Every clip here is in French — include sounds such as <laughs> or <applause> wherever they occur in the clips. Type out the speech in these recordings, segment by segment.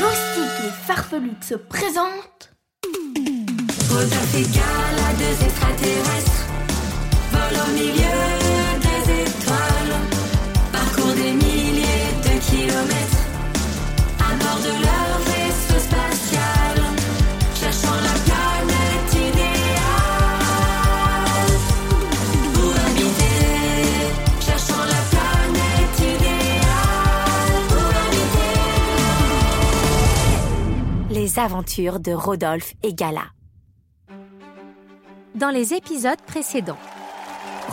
Loustique les farfelutes se présente. Pôle tropicale à deux extraterrestres. Vol au milieu des étoiles. Parcours des milliers de kilomètres. À bord de leur vaisseau spatial. Cherchant la planète idéale. Pour habiter. Cherchant la planète idéale. Pour habiter. Les aventures de Rodolphe et Gala. Dans les épisodes précédents,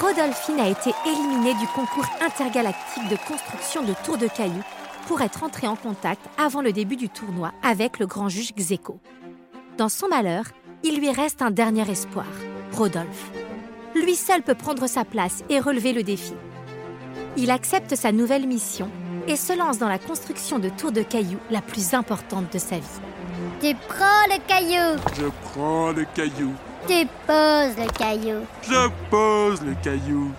Rodolphine a été éliminée du concours intergalactique de construction de tours de cailloux pour être entrée en contact avant le début du tournoi avec le grand juge Xeco. Dans son malheur, il lui reste un dernier espoir, Rodolphe. Lui seul peut prendre sa place et relever le défi. Il accepte sa nouvelle mission et se lance dans la construction de tours de cailloux la plus importante de sa vie. Tu prends le caillou, Je prends le caillou, tu poses le caillou, je pose le caillou,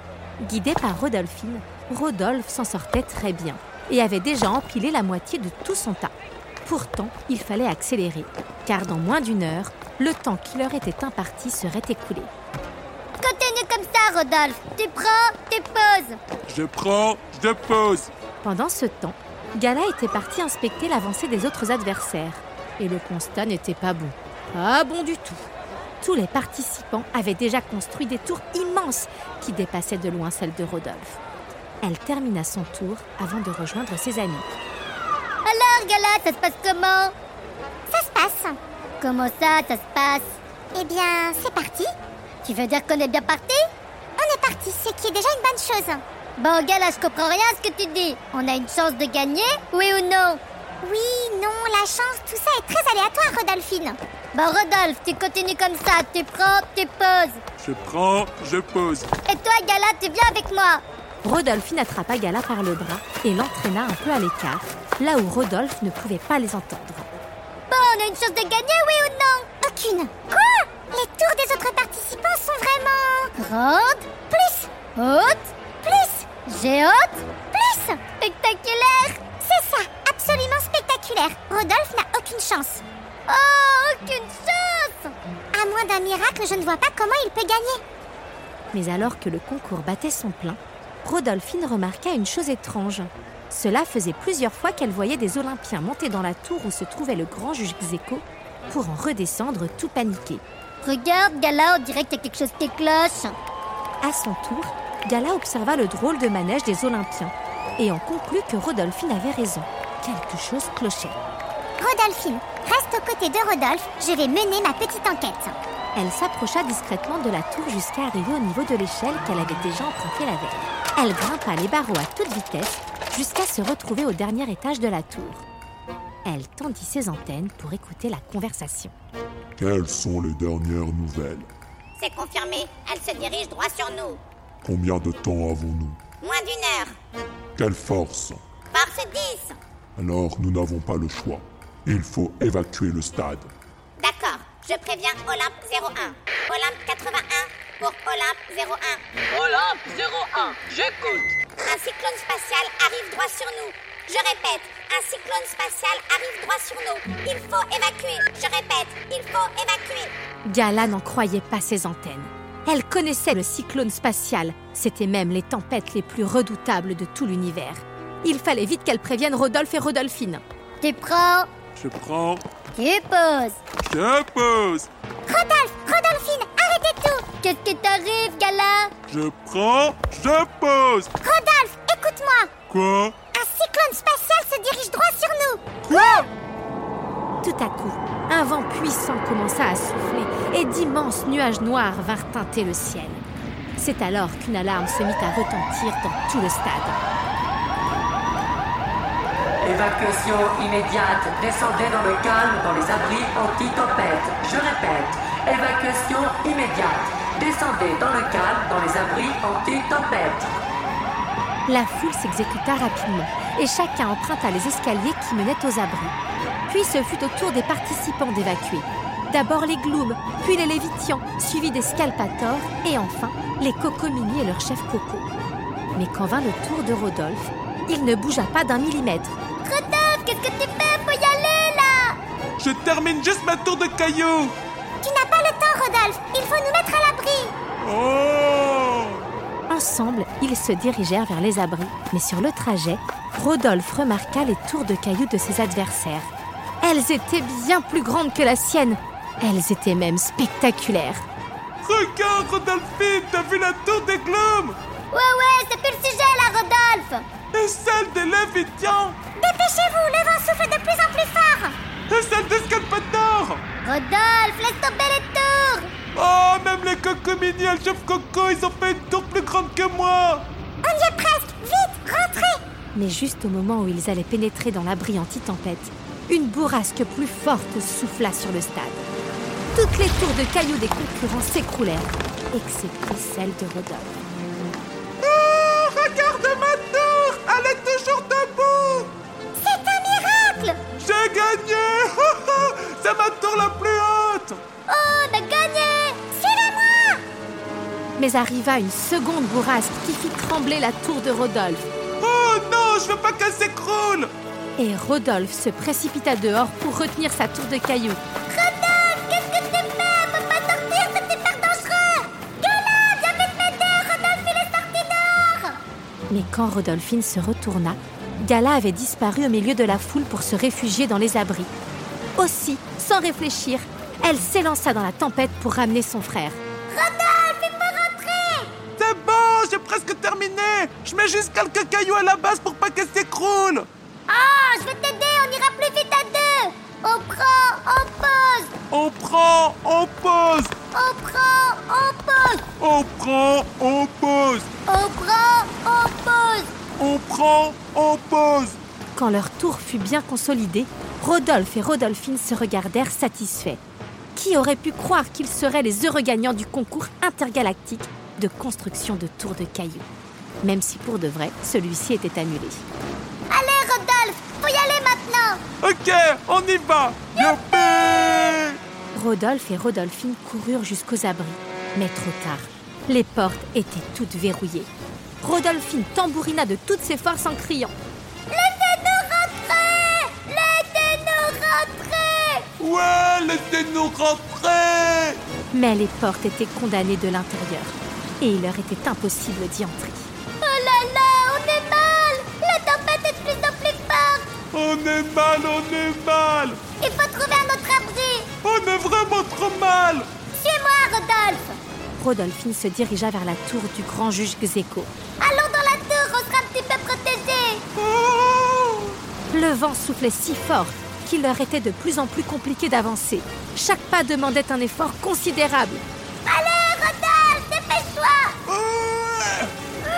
Guidé par Rodolphine, Rodolphe s'en sortait très bien et avait déjà empilé la moitié de tout son tas. Pourtant, il fallait accélérer, car dans moins d'une heure, le temps qui leur était imparti serait écoulé. continue comme ça Rodolphe, tu prends, tu poses, je prends, je pose, Pendant ce temps, Gala était parti inspecter l'avancée des autres adversaires, et le constat n'était pas bon. Pas bon du tout. Tous les participants avaient déjà construit des tours immenses qui dépassaient de loin celles de Rodolphe. Elle termina son tour avant de rejoindre ses amis. alors Gala, ça se passe comment Ça se passe. Comment ça, ça se passe Eh bien, c'est parti. Tu veux dire qu'on est bien parti On est parti, ce qui est déjà une bonne chose. Bon, Gala, je comprends rien à ce que tu dis. On a une chance de gagner, oui ou non Oui, non, la chance, tout ça est très aléatoire, Rodolphine. Bon, Rodolphe, tu continues comme ça, tu prends, tu poses. je prends, je pose, Et toi, Gala, tu viens avec moi Rodolphine attrapa Gala par le bras et l'entraîna un peu à l'écart, là où Rodolphe ne pouvait pas les entendre. Bon, on a une chance de gagner, oui ou non Aucune. Quoi Les tours des autres participants sont vraiment... Grandes Plus Hautes Plus Géantes Plus Spectaculaires C'est ça, absolument spectaculaire. Rodolphe n'a aucune chance. Oh, aucune chance À moins d'un miracle, je ne vois pas comment il peut gagner. Mais alors que le concours battait son plein, Rodolphine remarqua une chose étrange. Cela faisait plusieurs fois qu'elle voyait des Olympiens monter dans la tour où se trouvait le grand juge Xeco pour en redescendre tout paniqué. Regarde, Gala, on dirait qu'il y a quelque chose qui cloche. À son tour, Gala observa le drôle de manège des Olympiens et en conclut que Rodolphine avait raison. Quelque chose clochait. Rodolphine, reste aux côtés de Rodolphe, je vais mener ma petite enquête. Elle s'approcha discrètement de la tour jusqu'à arriver au niveau de l'échelle qu'elle avait déjà empruntée la veille. Elle grimpa les barreaux à toute vitesse jusqu'à se retrouver au dernier étage de la tour. Elle tendit ses antennes pour écouter la conversation. Quelles sont les dernières nouvelles C'est confirmé, elle se dirige droit sur nous. Combien de temps avons-nous Moins d'une heure. Quelle force Force 10. Alors nous n'avons pas le choix. Il faut évacuer le stade. D'accord, je préviens Olympe 01. Olympe 81 pour Olympe 01. Olympe 01, j'écoute. Un cyclone spatial arrive droit sur nous. Je répète, un cyclone spatial arrive droit sur nous. Il faut évacuer. Je répète, il faut évacuer. Gala n'en croyait pas ses antennes. Elle connaissait le cyclone spatial. C'était même les tempêtes les plus redoutables de tout l'univers. Il fallait vite qu'elle prévienne Rodolphe et Rodolphine. Tu prends, je prends, tu poses. je pose, Rodolphe, Rodolphine, arrêtez tout Qu'est-ce qui t'arrive, Gala je prends, je pose. Rodolphe, écoute-moi Quoi Un cyclone spatial se dirige droit sur nous Tout à coup, un vent puissant commença à souffler et d'immenses nuages noirs vinrent teinter le ciel. C'est alors qu'une alarme se mit à retentir dans tout le stade. Évacuation immédiate. Descendez dans le calme dans les abris anti-tempête. Je répète, évacuation immédiate. Descendez dans le calme dans les abris anti-tempête. La foule s'exécuta rapidement et chacun emprunta les escaliers qui menaient aux abris. Puis ce fut au tour des participants d'évacuer. D'abord les glooms, puis les lévitians, suivis des scalpators et enfin les cocomini et leur chef Coco. Mais quand vint le tour de Rodolphe, il ne bougea pas d'un millimètre. Rodolphe, qu'est-ce que tu fais Faut y aller là Je termine juste ma tour de caillou. Tu n'as pas le temps, Rodolphe. Il faut nous mettre à l'abri. Oh Ensemble, ils se dirigèrent vers les abris, mais sur le trajet, Rodolphe remarqua les tours de cailloux de ses adversaires. Elles étaient bien plus grandes que la sienne. Elles étaient même spectaculaires. Regarde, Rodolphine, t'as vu la tour des glooms Ouais, ouais, c'est plus le sujet là, Rodolphe. Et celle des Lévitians Dépêchez-vous, le vent souffle de plus en plus fort. Et celle des Scalpators Rodolphe, laisse tomber les tours. Oh, même les cocomini et le chef Coco, ils ont fait une tour plus grande que moi On y est presque. Vite, rentrez. Mais juste au moment où ils allaient pénétrer dans l'abri anti-tempête, une bourrasque plus forte souffla sur le stade. Toutes les tours de cailloux des concurrents s'écroulèrent, excepté celle de Rodolphe. Oh, regarde ma tour Elle est toujours debout C'est un miracle. J'ai gagné <laughs> C'est ma tour la plus haute Oh, on a gagné. Suivez-moi. Mais arriva une seconde bourrasque qui fit trembler la tour de Rodolphe. Oh non, je veux pas qu'elle s'écroule Et Rodolphe se précipita dehors pour retenir sa tour de cailloux. Rodolphe, qu'est-ce que tu fais Faut pas sortir, c'est super dangereux. Gueulade, viens vite m'aider. Rodolphe, il est sorti dehors. Mais quand Rodolphine se retourna, Gala avait disparu au milieu de la foule pour se réfugier dans les abris. Aussi, sans réfléchir, elle s'élança dans la tempête pour ramener son frère. Rodolphe, il faut rentrer. C'est bon, j'ai presque terminé Je mets juste quelques cailloux à la base pour pas qu'elle s'écroule Ah, je vais t'aider. On ira plus vite à deux. On prend, on pose. On prend, on pose On prend, on pose. On prend, on pose On prend, on pose. On prend, on pose Quand leur tour fut bien consolidée, Rodolphe et Rodolphine se regardèrent satisfaits. Qui aurait pu croire qu'ils seraient les heureux gagnants du concours intergalactique de construction de tours de cailloux Même si pour de vrai, celui-ci était annulé. Allez, Rodolphe, faut y aller maintenant. Ok, on y va Youpi Rodolphe et Rodolphine coururent jusqu'aux abris, mais trop tard. Les portes étaient toutes verrouillées. Rodolphine tambourina de toutes ses forces en criant Laissez-nous rentrer Laissez-nous rentrer Ouais, laissez-nous rentrer Mais les portes étaient condamnées de l'intérieur, et il leur était impossible d'y entrer. Oh là là, on est mal La tempête est de plus en plus forte On est mal, on est mal Il faut trouver un autre abri On est vraiment trop mal Suis-moi, Rodolphe Rodolphine se dirigea vers la tour du grand juge Xéco. Allons dans la tour, on sera un petit peu protégés Oh Le vent soufflait si fort qu'il leur était de plus en plus compliqué d'avancer. Chaque pas demandait un effort considérable. Allez, Rodolphe, dépêche-toi Ouais.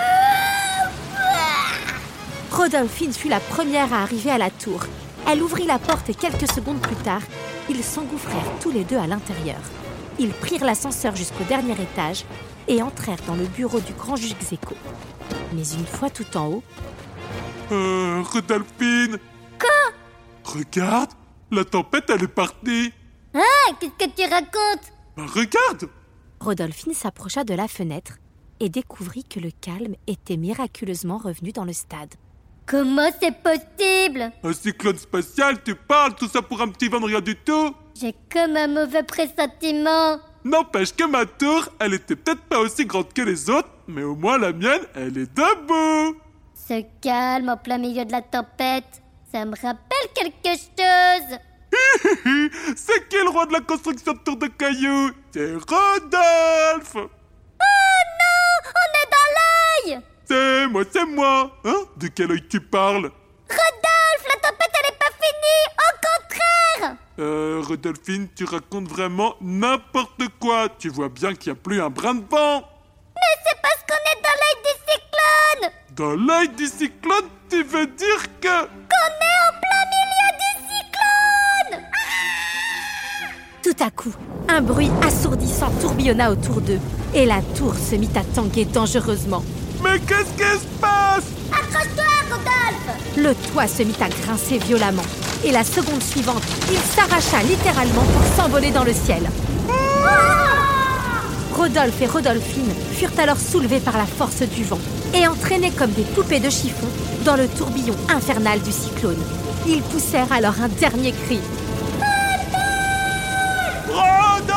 Rodolphine fut la première à arriver à la tour. Elle ouvrit la porte et quelques secondes plus tard, ils s'engouffrèrent tous les deux à l'intérieur. Ils prirent l'ascenseur jusqu'au dernier étage et entrèrent dans le bureau du grand juge Xéco. Mais une fois tout en haut, Euh, Rodolphine Quoi Regarde La tempête, elle est partie Hein Qu'est-ce que tu racontes Bah, regarde Rodolphine s'approcha de la fenêtre et découvrit que le calme était miraculeusement revenu dans le stade. Comment c'est possible Un cyclone spatial, tu parles, tout ça pour un petit vent de rien du tout J'ai comme un mauvais pressentiment N'empêche que ma tour, elle était peut-être pas aussi grande que les autres, mais au moins la mienne, elle est debout Ce calme en plein milieu de la tempête, ça me rappelle quelque chose C'est qui le roi de la construction de tour de cailloux C'est Rodolphe Oh, On est dans l'œil C'est moi, c'est moi Hein De quel œil tu parles Rodolphe, la tempête, elle n'est pas finie Au contraire Euh, Rodolphine, tu racontes vraiment n'importe quoi Tu vois bien qu'il n'y a plus un brin de vent Mais c'est parce qu'on est dans l'œil du cyclone Dans l'œil du cyclone, tu veux dire que... Qu'on est en plein milieu du cyclone Tout à coup, un bruit assourdissant tourbillonna autour d'eux et la tour se mit à tanguer dangereusement. Mais qu'est-ce qui se passe Accroche-toi, Rodolphe Le toit se mit à grincer violemment et la seconde suivante, il s'arracha littéralement pour s'envoler dans le ciel. Rodolphe et Rodolphine furent alors soulevés par la force du vent et entraînés comme des poupées de chiffon dans le tourbillon infernal du cyclone. Ils poussèrent alors un dernier cri Rodolphe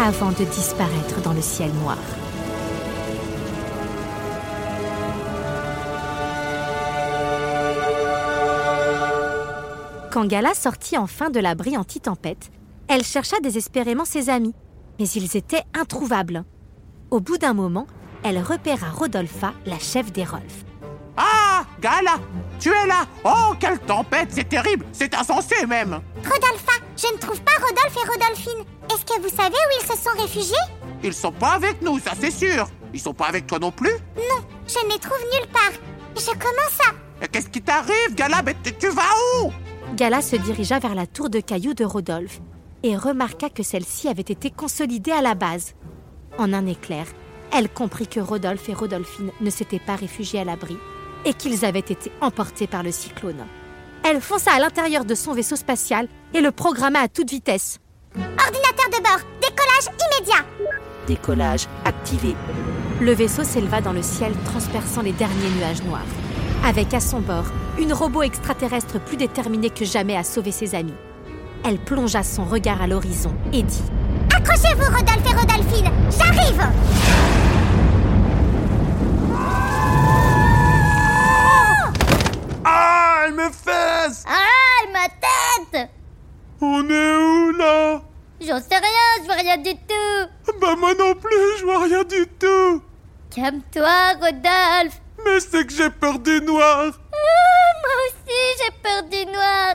avant de disparaître dans le ciel noir. Quand Gala sortit enfin de l'abri anti-tempête, elle chercha désespérément ses amis, mais ils étaient introuvables. Au bout d'un moment, elle repéra Rodolpha, la chef des Rolfs. Ah, Gala, tu es là Oh, quelle tempête, c'est terrible, c'est insensé même Rodolpha, je ne trouve pas Rodolphe et Rodolphine. Est-ce que vous savez où ils se sont réfugiés Ils sont pas avec nous, ça c'est sûr Ils sont pas avec toi non plus Non, je ne les trouve nulle part. Je commence à... Et Qu'est-ce qui t'arrive, Gala Mais tu, tu vas où Gala se dirigea vers la tour de cailloux de Rodolphe et remarqua que celle-ci avait été consolidée à la base. En un éclair, elle comprit que Rodolphe et Rodolphine ne s'étaient pas réfugiés à l'abri et qu'ils avaient été emportés par le cyclone. Elle fonça à l'intérieur de son vaisseau spatial et le programma à toute vitesse. Ordinateur de bord, décollage immédiat Décollage activé. Le vaisseau s'éleva dans le ciel, transperçant les derniers nuages noirs. Avec à son bord une robot extraterrestre plus déterminée que jamais à sauver ses amis. Elle plongea son regard à l'horizon et dit Accrochez-vous, Rodolphe et Rodolphine J'arrive Ah, mes fesses Ah, ma tête On est où, là J'en sais rien, je vois rien du tout Bah moi non plus, je vois rien du tout Calme-toi, Rodolphe Ah, Mais c'est que j'ai peur du noir Moi aussi, j'ai peur du noir